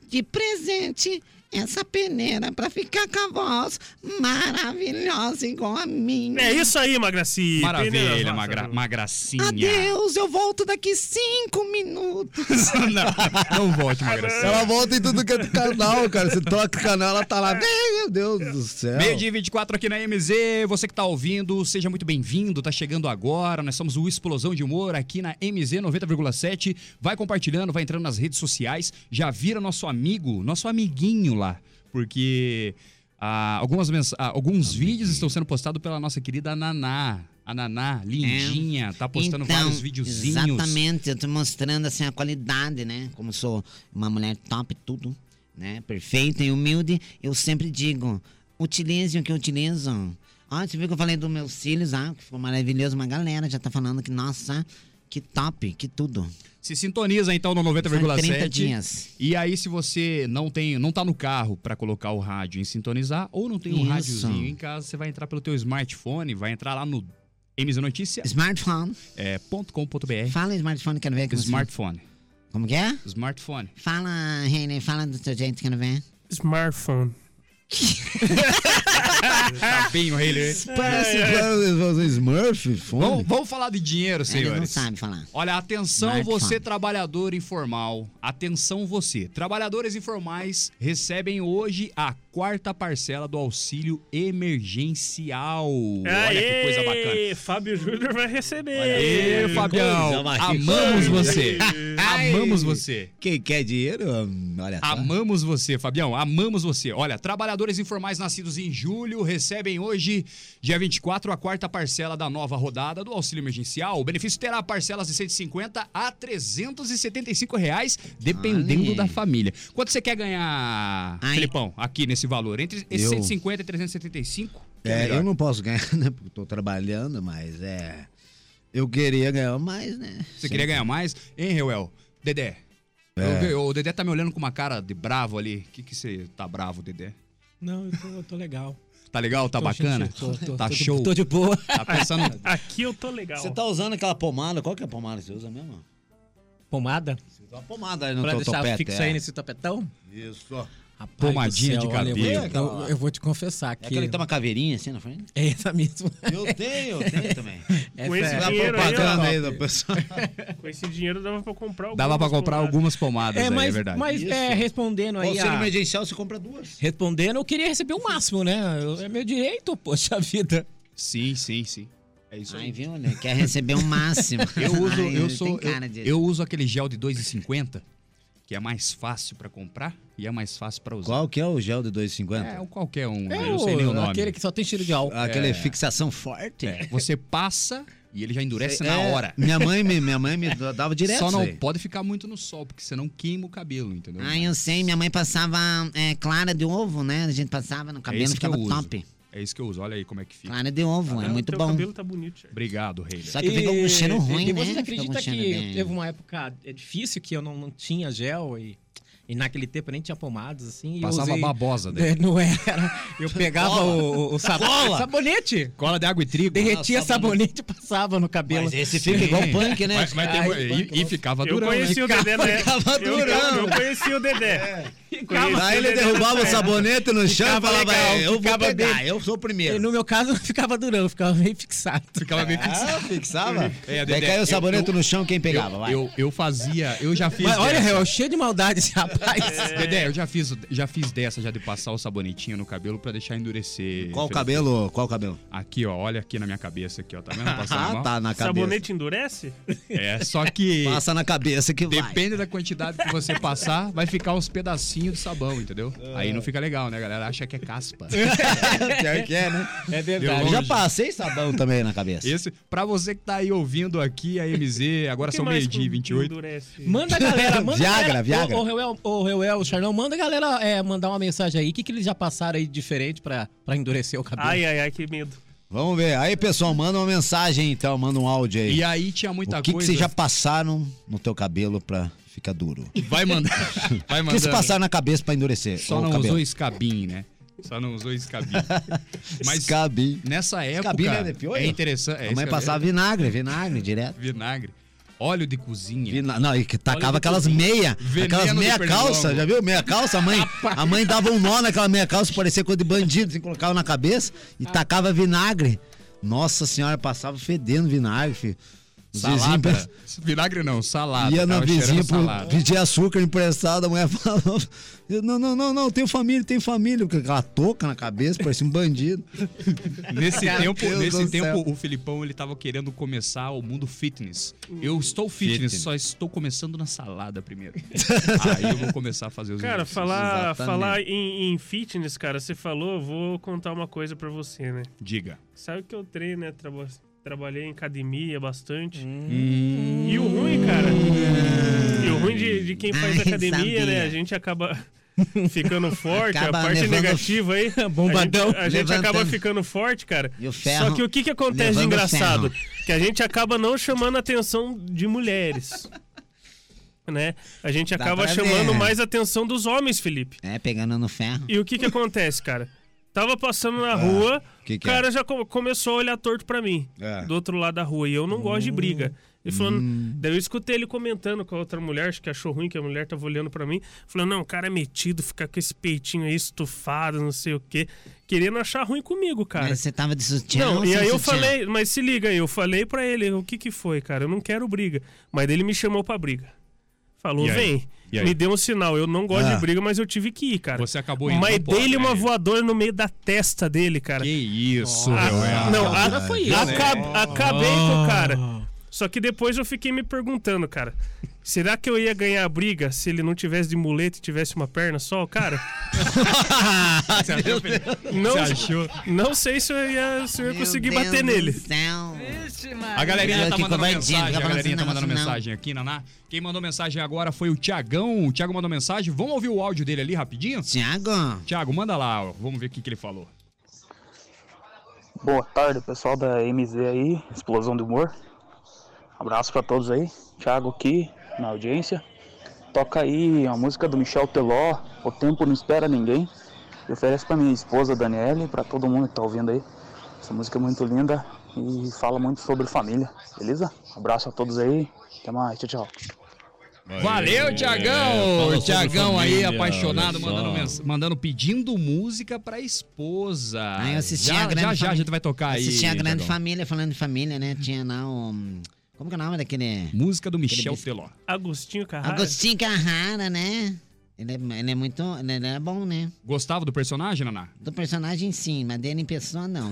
de presente essa peneira pra ficar com a voz maravilhosa igual a minha. É isso aí, Magraci. Maravilha, Peneiras, uma, nossa, gra- uma gracinha. Adeus, eu volto daqui cinco minutos. [laughs] não, não volte, uma gracinha. Ela volta em tudo que é do canal, cara. Você toca o canal, ela tá lá. Meu Deus do céu. Então. Meio dia e 24 aqui na MZ, você que tá ouvindo, seja muito bem-vindo, tá chegando agora, nós somos o Explosão de Humor aqui na MZ 90,7, vai compartilhando, vai entrando nas redes sociais, já vira nosso amigo, nosso amiguinho lá, porque ah, algumas mens- ah, alguns vídeos estão sendo postados pela nossa querida Naná, a Naná, lindinha, tá postando vários videozinhos. Então, Exatamente, eu tô mostrando assim a qualidade, né? Como sou uma mulher top, tudo, né? Perfeita e humilde, eu sempre digo: utilize o que utilizam. Ó, você viu que eu falei dos meus cílios, ah, que foi maravilhoso, uma galera já tá falando que, nossa, que top, que tudo. Se sintoniza então no São 30 90,7. dias. E aí, se você não tem, não tá no carro para colocar o rádio em sintonizar, ou não tem um Isso. rádiozinho em casa, você vai entrar pelo teu smartphone, vai entrar lá no mznoticia.com.br. Smartphone, É, ponto com ponto BR. fala smartphone, quero ver. Como, smartphone. assim. como que é? Smartphone. Fala, Reine, fala do teu jeito, quero ver. Smartphone. Tapinho, Tá rei. Lear. Parece que é. Smurf, Vamos, fome. vamos falar de dinheiro, Ele não senhores. sabe falar. Olha, atenção Smartphone. você trabalhador informal. Atenção você. Trabalhadores informais recebem hoje a quarta parcela do auxílio emergencial. Olha que coisa bacana. Fábio Júnior vai receber. Aê, Fabião. Amamos você. Amamos você. Quem quer dinheiro, olha só. Amamos você, Fabião. Amamos você. Olha, trabalhadores informais nascidos em julho recebem hoje, dia 24, a quarta parcela da nova rodada do auxílio emergencial. O benefício terá parcelas de 150 a 375 reais, dependendo Olha. da família. Quanto você quer ganhar, Ai. Felipão, aqui nesse valor? Entre esse Eu. 150 e 375? que É, melhor. eu não posso ganhar, [laughs] né? Porque eu tô trabalhando, mas é. Eu queria ganhar mais, né? Você queria ganhar mais? Hein, Reuel? Dedé. É. Eu- eu- o Dedé tá me olhando com uma cara de bravo ali. O que que você tá bravo, Dedé? Não, eu tô, eu tô legal. Tá legal? Tá Tô, bacana? gente, tô- tô- tá tô de- show? Tô [laughs] de boa. Tá pensando... Aqui eu tô legal. Você tá usando aquela pomada? Qual que é a pomada que você usa mesmo? Pomada? Você usa uma pomada aí no pra teu deixar topete. fixo é. aí nesse topetão? Isso. É Rapaz Pomadinha do de É olha, eu vou- cabelo. Eu, eu vou te confessar que. aquela que tem uma caveirinha assim na frente? [laughs] É essa mesmo. Eu tenho, eu tenho [laughs] também. Essa esse é. Dá Dinheiro aí, propaganda ó. aí da pessoa. Com esse dinheiro dava pra comprar algumas Dava pra comprar pomadas. algumas pomadas, É, aí, mas, é verdade. mas é, respondendo aí. Auxílio a- emergencial, você compra duas. Respondendo, eu queria receber o máximo, né? Eu- É meu direito, poxa vida. Sim, sim, sim. É isso Ai, aí. viu, olha, quer receber [laughs] o máximo. Eu uso, Ai, eu tem sou, eu, cara disso. eu uso aquele gel de 2,50, que é mais fácil pra comprar e é mais fácil pra usar. Qual que é o gel de 2,50? É, um qualquer um, É eu não sei nem o nome. Ah, aquele que só tem cheiro de álcool. Aquela fixação forte. É, você passa e ele já endurece na É, hora. Minha mãe, me- minha mãe me dava direto. Só isso não aí. pode ficar muito no sol, porque senão queima o cabelo, entendeu? Ah, Ai, Ah, eu sei, minha mãe passava é, clara de ovo, né? A gente passava no cabelo, isso que ficava eu uso. top. É isso que eu uso, olha aí como é que fica. Clara de ovo, é Ah, muito teu bom. cabelo tá bonito, Charles. Obrigado, Reila. Só que fica um cheiro ruim, e né? você Fica acredita um cheiro que bem- teve uma época é, difícil que eu não, não tinha gel e, e naquele tempo eu nem tinha pomadas, assim. e eu Passava usei- babosa daí. É, não era. Eu pegava o, o sab- Cola. sabonete. Cola de água e trigo. Derretia sabonete e passava no cabelo. Mas esse fica igual punk, né? Mas, mas tem- Ai, e- e, ficava Eu durão, né? conheci o Dedé, né? Ficava Eu, durão. eu conheci o Dedé. Conheci o Aí ele Dedé derrubava um o nessa época. sabonete no chão e Ficava falava, legal, "É, eu vou ficava pegar, eu sou o E primeiro. no meu caso, [laughs] não ficava durão, ficava meio fixado. Ficava assim. bem fixado. Ah, fixava? É, Daí Dedé, caiu eu- o sabonete eu- no chão, quem pegava, eu, vai. Eu, eu fazia, eu já fiz. Mas olha, dessa. Real, cheio de maldade esse rapaz. É. Dedé, eu já fiz, já fiz dessa, já de passar o sabonetinho no cabelo pra deixar endurecer. Qual o Felipe. cabelo, qual o cabelo? Aqui, ó, olha aqui na minha cabeça aqui, ó, tá vendo? [laughs] Passando Ah, mal. tá, na cabeça. Sabonete endurece? É, só que Passa na cabeça que vai. depende da quantidade que você passar, vai ficar uns pedacinhos de sabão, entendeu? Aí não fica legal, né, galera? Acha que é caspa. [laughs] Pior que [laughs] é, né? É verdade. Eu já passei sabão também na cabeça. Esse, pra você que tá aí ouvindo aqui, a MZ, agora Que são mais meio-dia e que 28. Endurece. Manda a galera, manda a Viagra, galera. Viagra. Ô, ô, Reuel, ô, Reuel, Charlão, manda a galera é, mandar uma mensagem aí. O que, que eles já passaram aí de diferente pra, pra endurecer o cabelo? Ai, ai, ai, que medo. Vamos ver. Aí, pessoal, manda uma mensagem então, manda um áudio aí. E aí tinha muita o que, que coisa. vocês já passaram no teu cabelo pra ficar duro? [laughs] O que Vai mandar. Vai que vocês mandar. passaram na cabeça pra endurecer Só o não cabelo? usou escabim, né? Só não usou [laughs] escabim. Mas Escabi. nessa época Escabim, né? É pior, é né? interessante. É, a mãe escabim. é passava vinagre, vinagre direto. vinagre. Óleo de cozinha. Vina- Não, e que Olha tacava que aquelas coisa. meia, Veneno aquelas do meia pernilongo. calça, já viu? Meia calça, a mãe, [laughs] a mãe dava um nó naquela meia calça, parecia coisa de bandido, assim, colocava na cabeça Ah. e tacava vinagre. Nossa senhora, passava fedendo vinagre, filho. Os vizinhos Salada. Ah, Vinagre não, salada. ia na Tava cheirando vizinha pro- salada. pedir açúcar emprestado, a mulher [laughs] falava, não, não, não, não, tem família, tem família, com aquela touca na cabeça, parecia [laughs] um bandido. Nesse Meu tempo, Deus nesse do céu. tempo o Filipão ele tava querendo começar o mundo fitness. Hum. Eu estou fitness, Fitness. só estou começando na salada [laughs] primeiro. Aí eu vou começar a fazer os Cara, exercícios. falar, exatamente. falar em, em fitness, cara, você falou, eu vou contar uma coisa pra você, né? Diga. Sabe que eu treino, né? Traba- Trabalhei em academia bastante. Hum. E o ruim, cara. E o ruim de, de quem faz Ai, academia, né? sabia. A gente acaba [laughs] ficando forte, Acaba a parte levando- [laughs] negativa aí. Bombadão. A gente, a gente acaba Levantando. ficando forte, cara. E o ferro Só que o que, que acontece de levando o engraçado? Que a gente acaba não chamando a atenção de mulheres. Né? A gente Dá acaba pra chamando ver. mais a atenção dos homens, Felipe. É, pegando no ferro. E o que que acontece, cara? Tava passando na rua, Ah, que o que é? cara já co- começou a olhar torto pra mim, É. Hum. do outro lado da rua, e eu não gosto de briga. Ele falando, daí eu escutei ele comentando com a outra mulher, acho que achou ruim que a mulher tava olhando pra mim, falando: "Não, o cara é metido, fica com esse peitinho aí estufado, não sei o quê", querendo achar ruim comigo, cara. Mas você tava de sutiã Não, ou e sem aí eu sutiã? falei, mas se liga aí, eu falei pra ele o que que foi, cara, eu não quero briga. Mas daí ele me chamou pra briga. Falou, E aí? vem, E aí? me deu um sinal, eu não gosto Ah. de briga, mas eu tive que ir, cara. Você acabou indo. Mas não pode, dei-lhe né? uma voadora no meio da testa dele, cara. Que isso, Ah, meu. é. não, Ah, a- foi aca- isso, né? acabei com o cara. Ah. Só que depois eu fiquei me perguntando, cara. Será que eu ia ganhar a briga se ele não tivesse de muleta e tivesse uma perna só, cara? Você achou, Felipe? Não, [laughs] Você achou? não sei se eu ia, se eu ia Meu conseguir Deus bater do nele. Céu. A galerinha Olha tá que mandando covardia, mensagem, fica a falando galerinha assim, tá não, mandando não. mensagem aqui, Naná. Quem mandou mensagem agora foi o Tiagão. O Tiago mandou mensagem. Vamos ouvir o áudio dele ali rapidinho? Tiago, Tiago, manda lá, ó. vamos ver o que, que ele falou. Boa tarde, pessoal da MZ aí, Explosão do Humor. Abraço pra todos aí. Thiago aqui na audiência. Toca aí a música do Michel Teló, O Tempo Não Espera Ninguém. E oferece pra minha esposa Daniele, pra todo mundo que tá ouvindo aí. Essa música é muito linda e fala muito sobre família, beleza? Abraço a todos aí. Até mais, tchau, tchau. Valeu, Tiagão! sobre Tiagão aí, família, apaixonado, olha só. mandando, mens- mandando pedindo música pra esposa. Ah, eu assisti já, a Grande já, já, a Família. gente vai tocar aí. assisti a Grande Tiagão. Família, falando de família, né? Tinha lá o... Como que é o nome daquele... Música do Michel Aquele Teló. Agostinho Carrara. Agostinho Carrara, né? Ele é, ele é muito... Ele é bom, né? Gostava do personagem, Naná? Do personagem, sim, mas dele em pessoa, [laughs] não.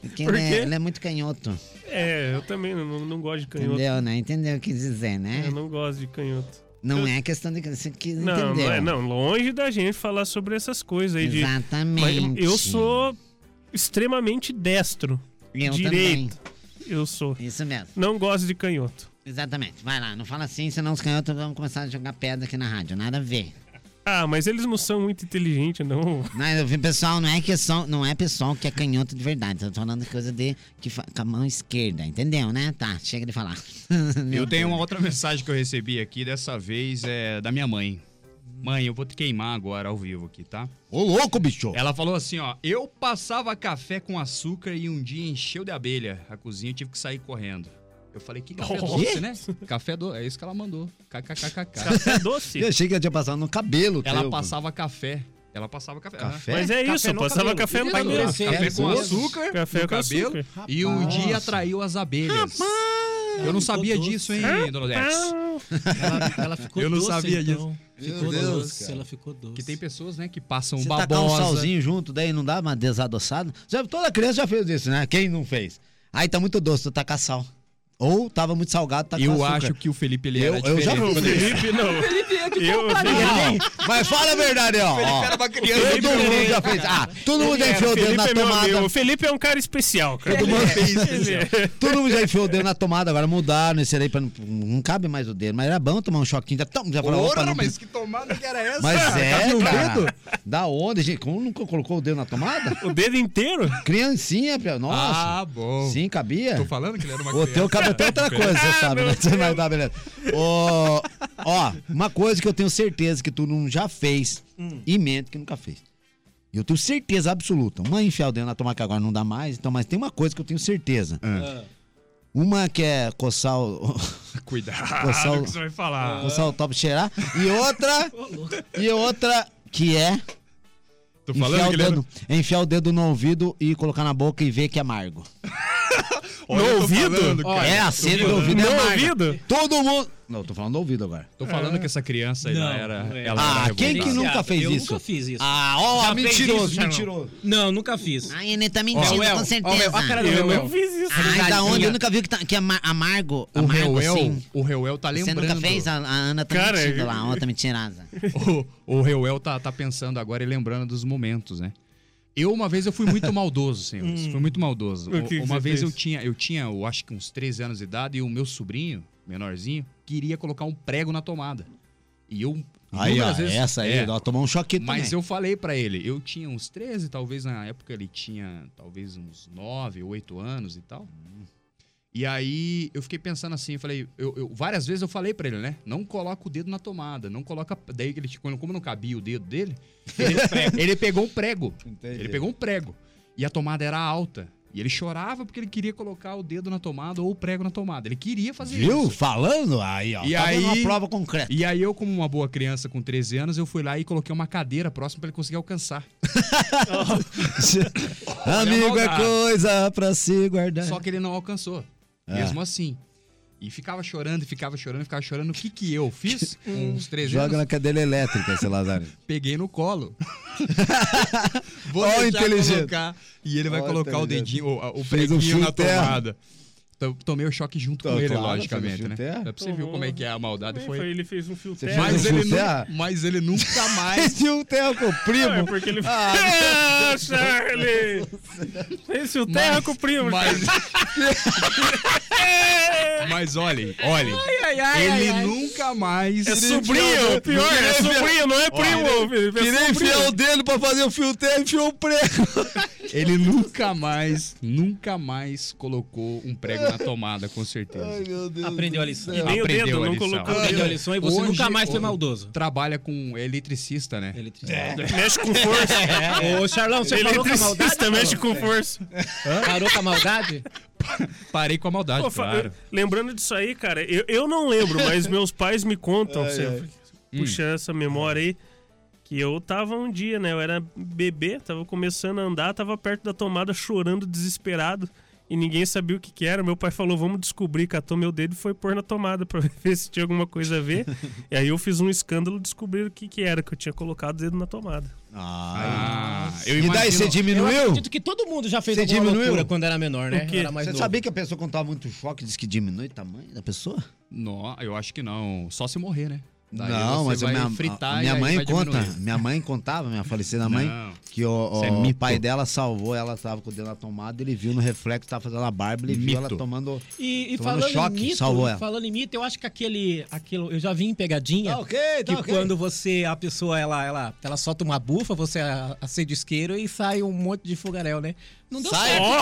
Porque Por ele quê? é, ele é muito canhoto, É, eu também não, não gosto de canhoto. entendeu, né? Entendeu o que dizer, né? Eu não gosto de canhoto. Não é questão de... Você que Não, entendeu. não é, não. Longe da gente falar sobre essas coisas aí de Mas Exatamente. eu sou extremamente destro. Eu direito. Eu sou. também. Isso mesmo, Não gosto de canhoto. exatamente. Vai lá, não fala assim, senão os canhotos vão começar a jogar pedra aqui na rádio. Nada a ver. Ah, mas eles não são muito inteligentes, não. Não, eu vi, pessoal, não é que só, não é pessoal que é canhoto de verdade. Eu tô falando coisa de que fa- com a mão esquerda, entendeu, né? Tá, chega de falar. [laughs] Eu tenho uma outra [laughs] mensagem que eu recebi aqui, dessa vez é da minha mãe. Mãe, eu vou te queimar agora ao vivo aqui, tá? Ô louco, bicho! Ela falou assim, ó: "Eu passava café com açúcar e um dia encheu de abelha a cozinha, eu tive que sair correndo." Eu falei: [laughs] "Que café doce, né? Café doce, é isso que ela mandou. [laughs] KKKKK. Café doce. Eu achei que ela tinha passado no cabelo. Ela teu, passava café. Ela passava café. aham. [laughs] Café? Mas é Café isso, eu no passava cabelo. café no Isso, cabelo. crescer. Café com Doce. açúcar, Café no com cabelo e um dia atraiu as abelhas. Eu não sabia doce. disso, hein, Dona Odete? Ah, Ela, ela ficou Eu não doce, sabia então. Ficou Deus, doce, cara. ela ficou doce. Que tem pessoas, né, que passam Você tacar um babosa. salzinho junto, daí não dá uma desadoçada. Já- toda criança já fez isso, né? Quem não fez? Aí tá muito doce, tu tacar sal. Ou tava muito salgado, tá tacar eu açúcar. acho que o Felipe ele Eu, era eu já diferente. não fiz. Felipe, não. [laughs] Felipe é que eu, Não, mas fala a verdade, ó. ó. Felipe Todo mundo já fez. Ah, todo mundo já enfiou o dedo Felipe na é meu tomada. amigo. O Felipe é um cara especial, cara. Todo mundo fez [laughs] Ele é. Todo mundo já enfiou o dedo na tomada, agora mudaram esse aí pra não, não cabe mais o dedo. Mas era bom tomar um choquinho. Já, tom, já falou, opa, não, mas, que tomada que era essa? um- é, cara. Da onda, gente. Como nunca colocou o dedo na tomada? O dedo inteiro? Criancinha, pia- nossa. Ah, bom. Sim, cabia. Tô falando que ele era uma O um- criança. teu cabe [laughs] até outra coisa, você sabe, né? Você vai dar, beleza. Ô, ó, uma coisa que eu tenho certeza que tu não já fez e mente que nunca fez. Eu tenho certeza absoluta. Uma enfiar o dedo na tomada que agora não dá mais, então, mas tem uma coisa que eu tenho certeza. Uma que é coçar o. [laughs] Cuidado coçar o o, que você vai falar. coçar o top cheirar. E outra. e outra que é. Tô Enfiar falando, o, Guilherme? dedo, enfiar o dedo no ouvido e colocar na boca e ver que é amargo. Olha, eu tô ouvido? falando, cara. é, a cera do falando. ouvido é No amarga. ouvido? Todo mundo. Não, tô falando do ouvido agora. Tô falando que essa criança ela Não, era. não é. Ela Ah, era quem que revoltada. nunca fez eu isso? nunca fiz isso. Ah, ó, Já fez mentiroso, isso, Charlão? mentiroso. Não, nunca fiz. Ai, ele tá Ó, mentindo, Well, com ó, certeza. Well, a cara do Eu Well. não fiz isso. Ai, Verdade, da onde? minha- Eu nunca vi que, tá, que é amar- amargo. O amargo, Reuel, assim. o Reuel tá Você lembrando. nunca fez? A, a Ana tá Cara, mentindo eu- lá, a outra mentirada. [laughs] O, o Reuel tá, tá pensando agora e lembrando dos momentos, né? Eu, uma vez, eu fui [laughs] muito maldoso, senhores. fui muito maldoso. O que que uma você vez fez? eu tinha, eu tinha, eu acho que uns 13 anos de idade, e o meu sobrinho, menorzinho, queria colocar um prego na tomada. E eu. Aí, ó, inúmeras vezes- essa aí, É, ela tomou um choque Mas também. eu falei pra ele, eu tinha uns 13, talvez na época ele tinha talvez uns 9, 8 anos e tal. E aí eu fiquei pensando assim, eu falei, eu, eu- várias vezes eu falei pra ele, né? Não coloca o dedo na tomada, não coloca. Daí ele, tipo, como não cabia o dedo dele, ele, [laughs] ele pegou um prego. Entendi. Ele pegou um prego. E a tomada era alta. E ele chorava porque ele queria colocar o dedo na tomada ou o prego na tomada. Ele queria fazer Viu? isso. Falando? Aí, ó. E tá vendo aí- uma prova concreta. E aí eu, como uma boa criança com 13 anos, eu fui lá e coloquei uma cadeira próxima pra ele conseguir alcançar. Amigo é maldade. coisa pra se guardar. Só que ele não alcançou. É. Mesmo assim. E ficava chorando, e ficava chorando, e ficava chorando. O que que eu [laughs] fiz? Com uns 13 Joga na anos, cadeira elétrica, seu Lazarino. peguei no [laughs] colo. Vou Ó, deixar inteligente. colocar. E ele vai Ó, colocar o inteligente. dedinho, o, o Fez um preguinho fio na terra. tomada. To- Tomei o choque junto Claro, com ele, fez um logicamente, fio né? terra. Pra você ver como é que é a maldade. Foi. Foi. Ele fez um fio Você terra. Mas fez um fio ele, nu- [laughs] terra? mas ele nunca [laughs] mais Esse um o Telco, É primo. porque ele. [laughs] Ah, Ah, Charlie! Esse o terra com o um primo. Mas. [laughs] Mas olhem, olhem. ele nunca mais. É sobrinho, pior, é sobrinho, não é primo. filho, é Queria sobrinho. enfiar o dedo pra fazer o fio terra, enfiou o [laughs] prego. Ele nunca mais, nunca mais colocou um prego na tomada, com certeza. meu Deus. Aprendeu a lição. Nem o Aprendeu dedo, a não lição. colocou. Aprendeu a lição e você Hoje- nunca mais foi hoje- maldoso. Trabalha com eletricista, né? Eletricista. Mexe com força. Ô, Charlão, você parou com a maldade? Eletricista, mexe com força. Charlão? Parou com a [laughs] maldade? Parei com a maldade, Pô, fa- claro. Lembrando disso aí, cara, eu, eu não lembro, [laughs] mas meus pais me É, contam sempre. Puxa Hum. essa memória aí. Que eu tava um dia, né? Eu era bebê, tava começando a andar, tava perto da tomada chorando, desesperado. E ninguém sabia o que, que era. Meu pai falou: vamos descobrir. Catou meu dedo e foi pôr na tomada pra [laughs] ver se tinha alguma coisa a ver. e aí eu fiz um escândalo descobrindo o que, que era, que eu tinha colocado o dedo na tomada. Ah, eu E daí imagino. você Eu diminuiu? acredito que todo mundo já fez Você alguma diminuiu? loucura quando era menor, né? O quê? Era mais Você novo. sabia que a pessoa quando tava muito choque diz que diminui o tamanho da pessoa? Não, eu acho que não. Só se morrer, né? Daí não, você mas a vai minha, fritar a e minha aí mãe vai conta, diminuir. minha mãe contava, minha falecida mãe, Não. que o, Isso é o mito. pai dela salvou, ela tava com o dedo na tomada, ele viu no reflexo, tava fazendo a barba, ele viu Mito. ela tomando... E, e Tomando falando choque, em mito, salvou ela. falando em mito, eu acho que aquele, aquilo, eu já vi em pegadinha ok, que quando você a pessoa ela, ela ela solta uma bufa, você a- acende o isqueiro e sai um monte de fogaréu, né? Não deu Sai. certo.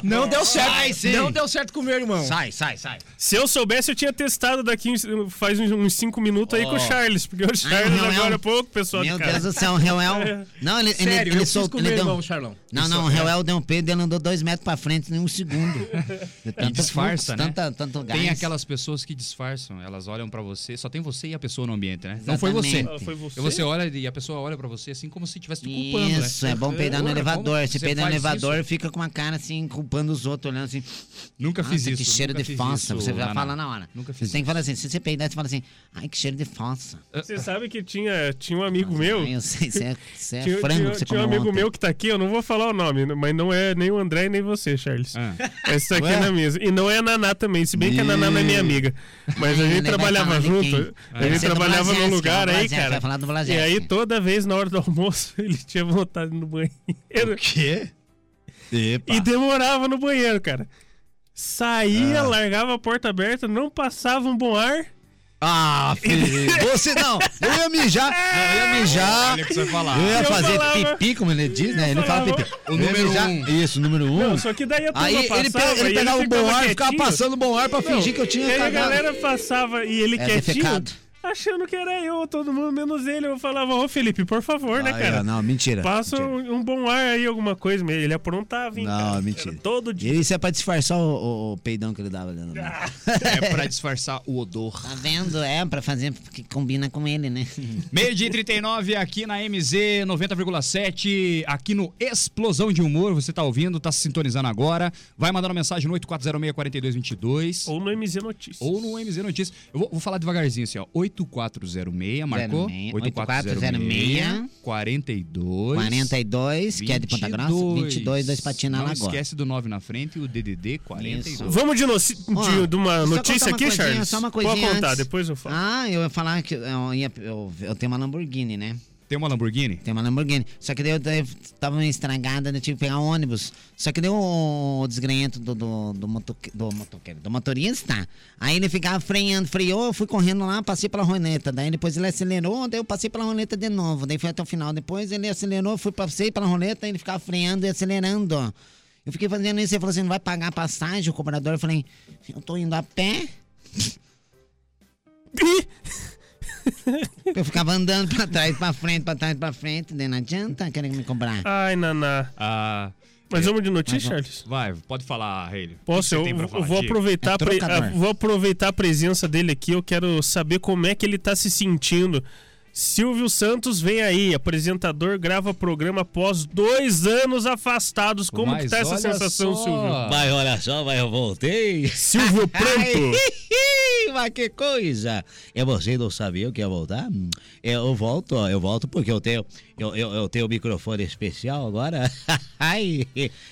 [laughs] Não deu certo. Sai, sim. Não deu certo com o meu irmão. Sai, sai, sai. Se eu soubesse, eu tinha testado daqui uns- faz uns- uns 5 minutos aí com o Charles, porque o Charles Rael. agora há pouco, pessoal. Ah, um Meu de casa. Deus do céu, o Reuel. Não, ele, ele, Sério, ele eu fiz soltou. com o meu Ele deu... um- irmão, Charlão. Não, não, o Reuel deu um peido e ele andou dois metros pra frente em um segundo. De tanto disfarça, né? Tanta, tanto gás. Tem aquelas pessoas que disfarçam, elas olham pra você, só tem você e a pessoa no ambiente, né? Não foi você. Exatamente. Ah, Foi você? E você olha e a pessoa olha pra você assim como se estivesse te culpando, né? Isso, é bom peidar no Olha, elevador. como Se você peidar no faz elevador, isso? fica com uma cara assim, culpando os outros, olhando assim. Nunca Nossa, fiz isso. que cheiro nunca de fiz fossa. isso, Você vai Naná. falar na hora. Nunca Você fiz tem que falar assim, se você peidar, você fala assim, ai, que cheiro de fossa. Você sabe que tinha, tinha um amigo meu. Ai, Eu sei, você é, você é tinha, frango tinha- que você tinha comeu um amigo ontem. meu que tá aqui, eu não vou falar o nome, mas não é nem o André e nem você, Charles. [laughs] Ah. Esse tá aqui Ué? é na mesa. E não é a Naná também, se bem que a Naná não é minha amiga. Mas [laughs] a Ai, gente ele vai é falar trabalhava de junto. quem? A Deve gente ser do trabalhava num Blazeschi, lugar do aí, Blazeschi, cara. vai falar do E Blazeschi. aí, toda vez na hora do almoço, [laughs] ele tinha vontade no banheiro. Quê? Epa. E demorava no banheiro, cara. Ah. Saía, largava a porta aberta, não passava um bom ar. Ah, filho. Você não. Eu ia mijar. Eu ia mijar. É. Olha o que você vai falar. Eu ia Eu fazer falava- pipi, como ele diz, né? Ele fala falava- pipi. O Eu ia número mijar- um. Isso, número um. Não, só que daí a turma Aí ele, pe- passava ele e pegava o bom ar, quietinho. é ficava passando bom ar pra fingir que eu E tinha aí a cagado. galera passava e ele É quietinho. defecado. achando que era eu, todo mundo menos ele. Eu falava, ô Felipe, por favor, né, Ah, cara? é, não, mentira, Passa mentira. Um, um bom ar aí, alguma coisa. mas Ele aprontava, hein, Não, cara? mentira. Era todo dia. Ele, isso é pra disfarçar o, o- o peidão que ele dava dentro do mar. É pra disfarçar o odor. Tá vendo? É, pra fazer, porque combina com ele, né? Meio dia e 39 aqui na MZ 90,7, aqui no Explosão de Humor. Você tá ouvindo, tá se sintonizando agora. Vai mandando mensagem no 8406-4222. Ou, Ou no MZ Notícias. no MZ Notícias. Eu vou, vou falar devagarzinho assim, ó. 8406, marcou? 06, 42. 42, que é de Ponta Grossa. 22, dois patinas Não lá agora. esquece do 9 na frente e o DDD 42. Isso. Vamos de, noci- um de, de uma notícia aqui, Charles? Só uma coisinha Pode contar, antes. depois eu falo. Ah, eu ia falar que eu, ia, eu, eu tenho uma Lamborghini, né? Tem uma Lamborghini? Tem uma Lamborghini. Só que daí eu daí tava meio estragada, daí eu tive que pegar um ônibus. Só que deu o desgrenhento do, do, do, motoque- do motoqueiro, do motorista. Aí ele ficava freando, freou, eu fui correndo lá, passei pela roleta. Daí depois ele acelerou, daí eu passei pela roleta de novo. Daí foi até o final. Depois ele acelerou, fui, passei pela roleta, ele ficava freando e acelerando. Eu fiquei fazendo isso, ele falou assim, não vai pagar a passagem, o cobrador. Eu falei, eu tô indo a pé. Eu ficava andando pra trás, pra frente, pra trás, pra frente. Daí não adianta querer me cobrar. Ai, Naná. Ah, Mas vamos de notícia, Charles? vai, pode falar, Hayley. O que Posso, você eu, tem pra eu falar, vou diga. aproveitar, É a pre- trocador. a- vou aproveitar a presença dele aqui. Eu quero saber como é que ele tá se sentindo. Silvio Santos vem aí, apresentador, grava programa após dois anos afastados. Como Mas que tá essa olha sensação, só. Silvio? Mas olha só, mas eu voltei. [laughs] Silvio Pranto. [laughs] mas que coisa! E vocês não sabiam que ia voltar? Hum, Eu volto, ó, eu volto porque eu tenho eu, eu, eu tenho um microfone especial agora. [laughs] Ai,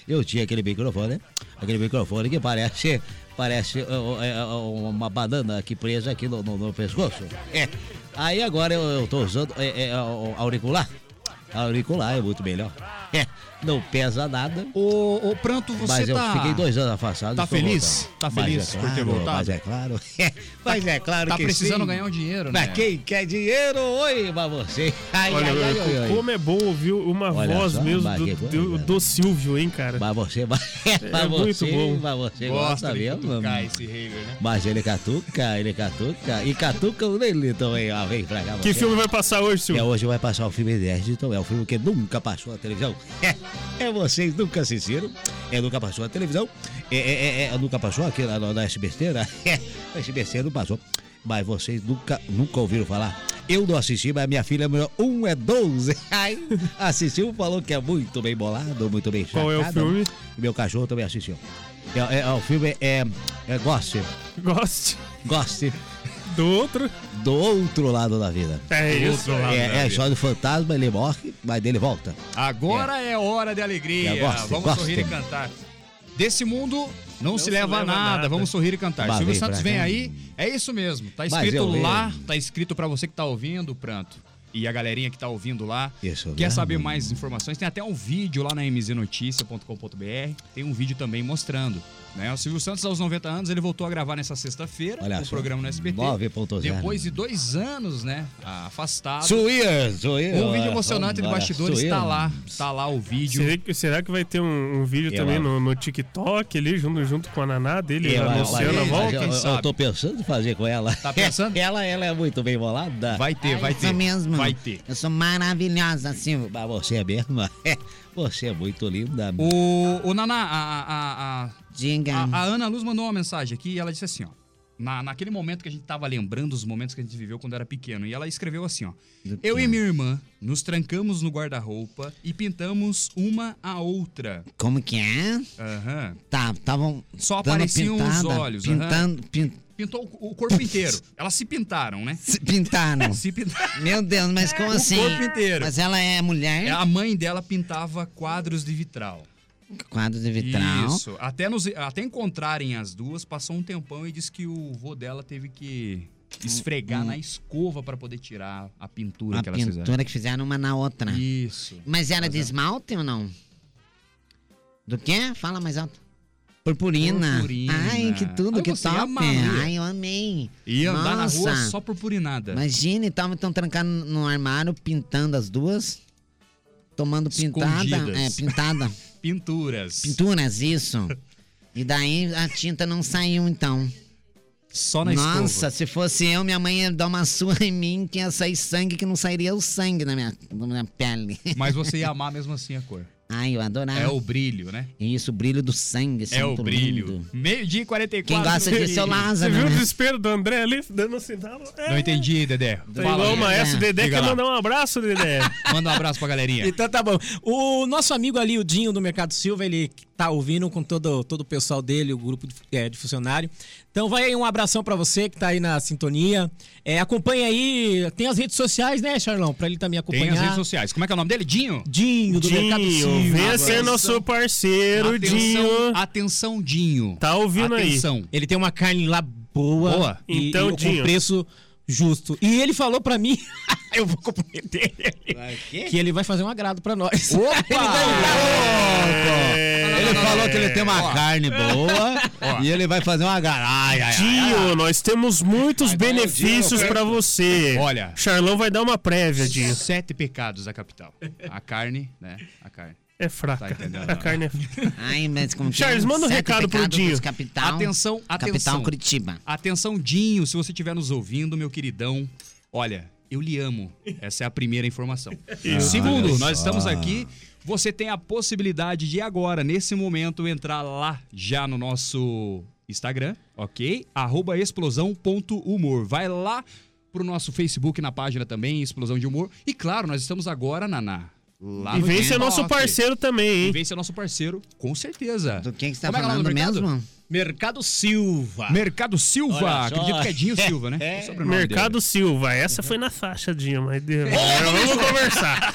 eu tinha aquele microfone, né? aquele microfone que parece parece ó, ó, é, ó, uma banana aqui presa aqui no, no- no pescoço. É. Aí agora eu, eu tô usando é, é, ó, auricular. Auricular é muito melhor. [laughs] É, não pesa nada. Ô, ô, Pranto, você Mas eu tá... fiquei dois anos afastado. tá estou feliz? voltando. Tá Mas feliz é por ter claro, voltado? Mas é claro. [laughs] mas é claro Tá que precisando sim. ganhar um dinheiro, né? Pra quem quer dinheiro, oi pra você. Ai, Olha, ai, ai, ai, ai. como é bom ouvir uma Olha voz só, mesmo mas do, que coisa, do- né? do Silvio, hein, cara? Mas você, [laughs] mas, mas muito você, bom. mas você É Gosta gosta de mesmo. cutucar esse Hayley, né? Mas ele catuca, ele catuca. E catuca o Lele também. Ah, vem pra cá. Que você. filme vai passar hoje, É, Silvio? hoje vai passar o filme inédito, é o filme que nunca passou na televisão. [laughs] É, é vocês nunca assistiram, é, nunca passou na televisão, é, é, é, é, nunca passou aqui na, na, na SBT, né? [laughs] É, a SBT não passou. Mas vocês nunca, nunca ouviram falar. Eu não assisti, mas minha filha número 1 é 12. [laughs] Ai, assistiu, falou que é muito bem bolado, muito bem Qual é o chacado. filme? Meu cachorro também assistiu. É, é, é, o filme é, é Gossip, Goste Gossip do outro. do outro lado da vida. É isso. Outro lado da É, é a vida. história do fantasma, ele morre, mas dele volta. Agora é. hora de alegria. Eu gosto, Vamos gosto. sorrir e cantar. Desse mundo não, se se leva, leva nada. nada. Vamos sorrir e cantar. Bah, Silvio vem Santos pra vem cá. aí. É isso mesmo. Tá Mas escrito eu lá, venho. tá escrito pra você que tá ouvindo, Pranto. E a galerinha que tá ouvindo lá. Isso né? Quer mesmo. saber mais informações? Tem até um vídeo lá na mznoticia.com.br. Tem um vídeo também mostrando. Né? O Silvio Santos, aos 90 anos, ele voltou a gravar nessa sexta-feira Olha o só, programa no SBT. 9.0. Depois de dois anos, né? Afastado. Suíra, suíra. Um vídeo emocionante de bastidores tá lá. Tá lá o vídeo. Será que, será que vai ter um, um vídeo Eu também acho. no, no TikTok ali, junto, junto com a Naná dele, Eu, anunciando olha, a olha, volta? quem eu, eu, sabe? tô pensando em fazer com ela. Tá [laughs] pensando? ela, ela é muito bem bolada. Vai ter, vai Isso ter. mesmo. Vai ter. Eu sou maravilhosa, Silvio. Mas você é mesma. [laughs] Você é muito linda. O, o Naná, a, a, a- Diga. a- a Ana Luz mandou uma mensagem aqui e ela disse assim, ó. Na, naquele momento que a gente tava lembrando os momentos que a gente viveu quando era pequeno. E ela escreveu assim, ó. Eu e minha irmã nos trancamos no guarda-roupa e pintamos uma a outra. Como que é? Aham. Tá, estavam. ah. Só dando apareciam os pintada, olhos, aham. Pintando, pin- Pintou o, o corpo inteiro. Elas se pintaram, né? se pintaram. [laughs] Se pintaram. Meu Deus, mas como O assim? corpo inteiro. Mas ela é mulher? [laughs] A mãe dela pintava quadros de vitral. Quadro de vitral. Isso. Até, nos, até encontrarem as duas, passou um tempão e disse que o vô dela teve que esfregar na escova pra poder tirar a pintura Um, Uma que elas pintura fizeram. que fizeram uma na outra. Isso. Mas era de esmalte ou não? Do quê? Fala mais alto. Purpurina. Purpurina. Ai, que tudo, Ai, que você ia top. amar, né? Ai, eu amei. E andar Nossa. na rua só purpurinada. Imagina, estavam tão trancando no armário, pintando as duas. Tomando pintada. Escondidas. É, [laughs] pintada. Pinturas. Pinturas, isso. E daí a tinta não saiu, então. Só na Nossa, escova. se fosse eu, minha mãe ia dar uma sua em mim que ia sair sangue que não sairia o sangue na minha, na minha pele. [laughs] Mas você ia amar mesmo assim a cor. Ai, eu adorava. É o brilho, né? Isso, o brilho do sangue. isso É o muito brilho. Ah. lindo. Meio-dia e 44. Quem gosta disso é o Você Lázaro, viu o né? desespero do André ali, dando um sinal? É. Não entendi, Dedé. Tá Fala igual aí. o maestro Dedé Diga quer lá. mandar um [laughs] abraço, Dedé. Manda um abraço [laughs] pra galerinha. Então tá bom. O nosso amigo ali, o Dinho do Mercado Silva, ele tá ouvindo com todo, todo o pessoal dele, o grupo de, é, de funcionário. Então vai aí um abração pra você que tá aí na sintonia. É, acompanha aí, tem as redes sociais, né, Charlão? Pra ele também Tem acompanhar. as redes sociais. Como é que é o nome dele? Dinho? Dinho do Mercado Dinho, Silva. venha ser nosso parceiro, Dinho. Atenção, atenção, Dinho. Tá ouvindo aí. atenção. Ele tem uma carne lá boa. Boa. E, Então, e Dinho. Com preço justo. E ele falou pra mim, [laughs] eu vou comprometer ele, que ele vai fazer um agrado pra nós. [laughs] É. Ele falou que ele tem uma carne boa e ele vai fazer uma garagem. Dinho, nós temos muitos benefícios pra você. um Olha. Charlão vai dar uma prévia, Dinho. Sete pecados da capital. A carne, né? A carne. É Tá fraca. entendendo, a não. carne é fraca. Ai, mas como que Charles, é? manda um Sete recado pro pecados Dinho. dos Capital, Atenção, atenção. Capital Curitiba. Atenção, Dinho, se você estiver nos ouvindo, meu queridão, olha, eu lhe amo. Essa é a primeira [laughs] informação. Segundo, nós estamos aqui. Você tem a possibilidade de agora, nesse momento, entrar lá já no nosso Instagram, ok? Arroba explosão.humor. Vai lá pro nosso Facebook na página também, Explosão de Humor. E claro, nós estamos agora, Naná. Lá E no vem ser TikTok. nosso parceiro também, E hein? vem ser nosso parceiro, com certeza. Do quem que você tá Como é que é o nome falando do mercado? mesmo? Mercado Silva. Mercado Silva, Olha só. acredito que é Dinho Silva, né? [laughs] É. O sobrenome dele. Mercado Silva, essa foi na faixa, Dinho, mas Deus, vamos conversar.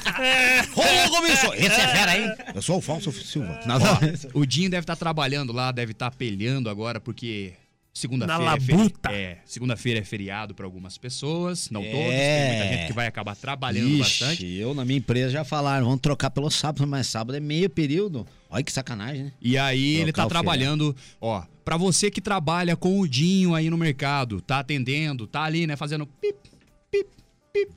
Ô, começou. Esse é fera, hein? Eu sou o Falso Silva. Ó, o Dinho deve estar trabalhando lá, deve estar apelhando agora, porque Na segunda-feira é, labuta. é, segunda-feira é feriado para algumas pessoas, não É. todas, tem muita gente que vai acabar trabalhando bastante. eu na minha empresa já falaram, vamos trocar pelo sábado, mas sábado é meio período. Olha que sacanagem, né? E aí ele tá Trocar o trabalhando, ó, para você que trabalha com o Dinho aí no mercado, tá atendendo, tá ali, né, fazendo pip, pip, pip.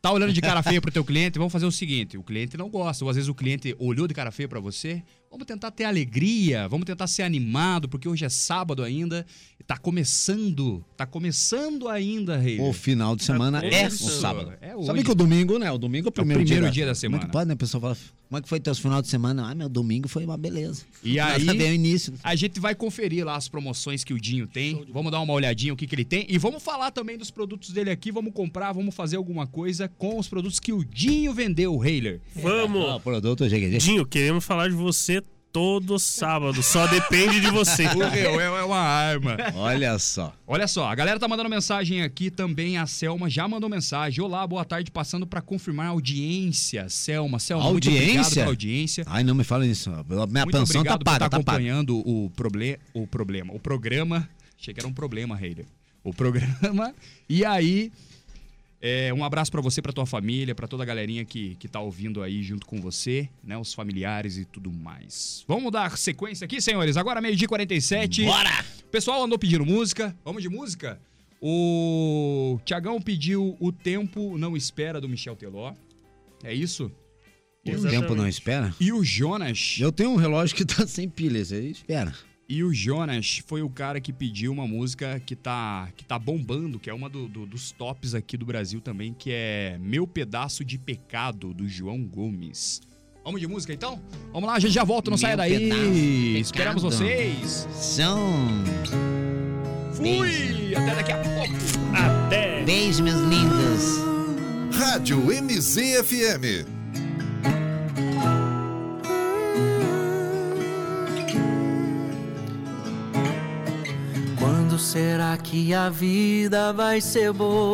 Tá olhando de cara feia pro teu cliente, vamos fazer o seguinte, o cliente não gosta, ou às vezes o cliente olhou de cara feia pra você, vamos tentar ter alegria, vamos tentar ser animado, porque hoje é sábado ainda, e tá começando, tá começando ainda, rei. O final de semana Tá é o começando. sábado. É hoje. Sabe que o domingo, né? O domingo é o primeiro, primeiro da- dia da semana. Como é que pode, né? A pessoa fala, Como é que foi teus final de semana? Ah, meu domingo foi uma beleza. E Nada aí- a ver, é o início. A gente vai conferir lá as promoções que o Dinho tem. Vamos dar uma olhadinha o que, que ele tem. E vamos falar também dos produtos dele aqui. Vamos comprar, vamos fazer alguma coisa com os produtos que o Dinho vendeu, Heiler. Ó, Vamos. Ah, O produto eu cheguei. Dinho, queremos falar de você todo sábado, só depende de você. [laughs] Meu, é uma arma. Olha só. Olha só, a galera tá mandando mensagem aqui também. A Selma já mandou mensagem. Olá, boa tarde. Passando pra confirmar a audiência. Selma, Selma, muito obrigado Audiência? pela audiência. Ai, não me fala isso. Minha Muito pensão tá obrigado por paga, estar tá paga. acompanhando o, proble o problema, o programa. Achei que era um problema, Heider. O programa. E aí, é, um abraço pra você, pra tua família, pra toda a galerinha que, que tá ouvindo aí junto com você, né? Os familiares e tudo mais. Vamos dar sequência aqui, senhores. Agora meio-dia e 47. Bora! O pessoal andou pedindo música. Vamos de música? O Tiagão pediu O Tempo Não Espera, do Michel Teló. É isso? o um tempo não espera? E o Jonas... Eu tenho um relógio que tá sem pilha, isso aí espera. E o Jonas foi o cara que pediu uma música que tá, que tá bombando, que é uma do- do- dos tops aqui do Brasil também, que é Meu Pedaço de Pecado, do João Gomes. Vamos de música então? Vamos lá, a gente já volta, não Meu saia daí. pedaço de Esperamos pecado. vocês. São. Fui! Até daqui a pouco. Até. Beijo, meus lindos. Rádio MZFM. Quando será que a vida vai ser boa?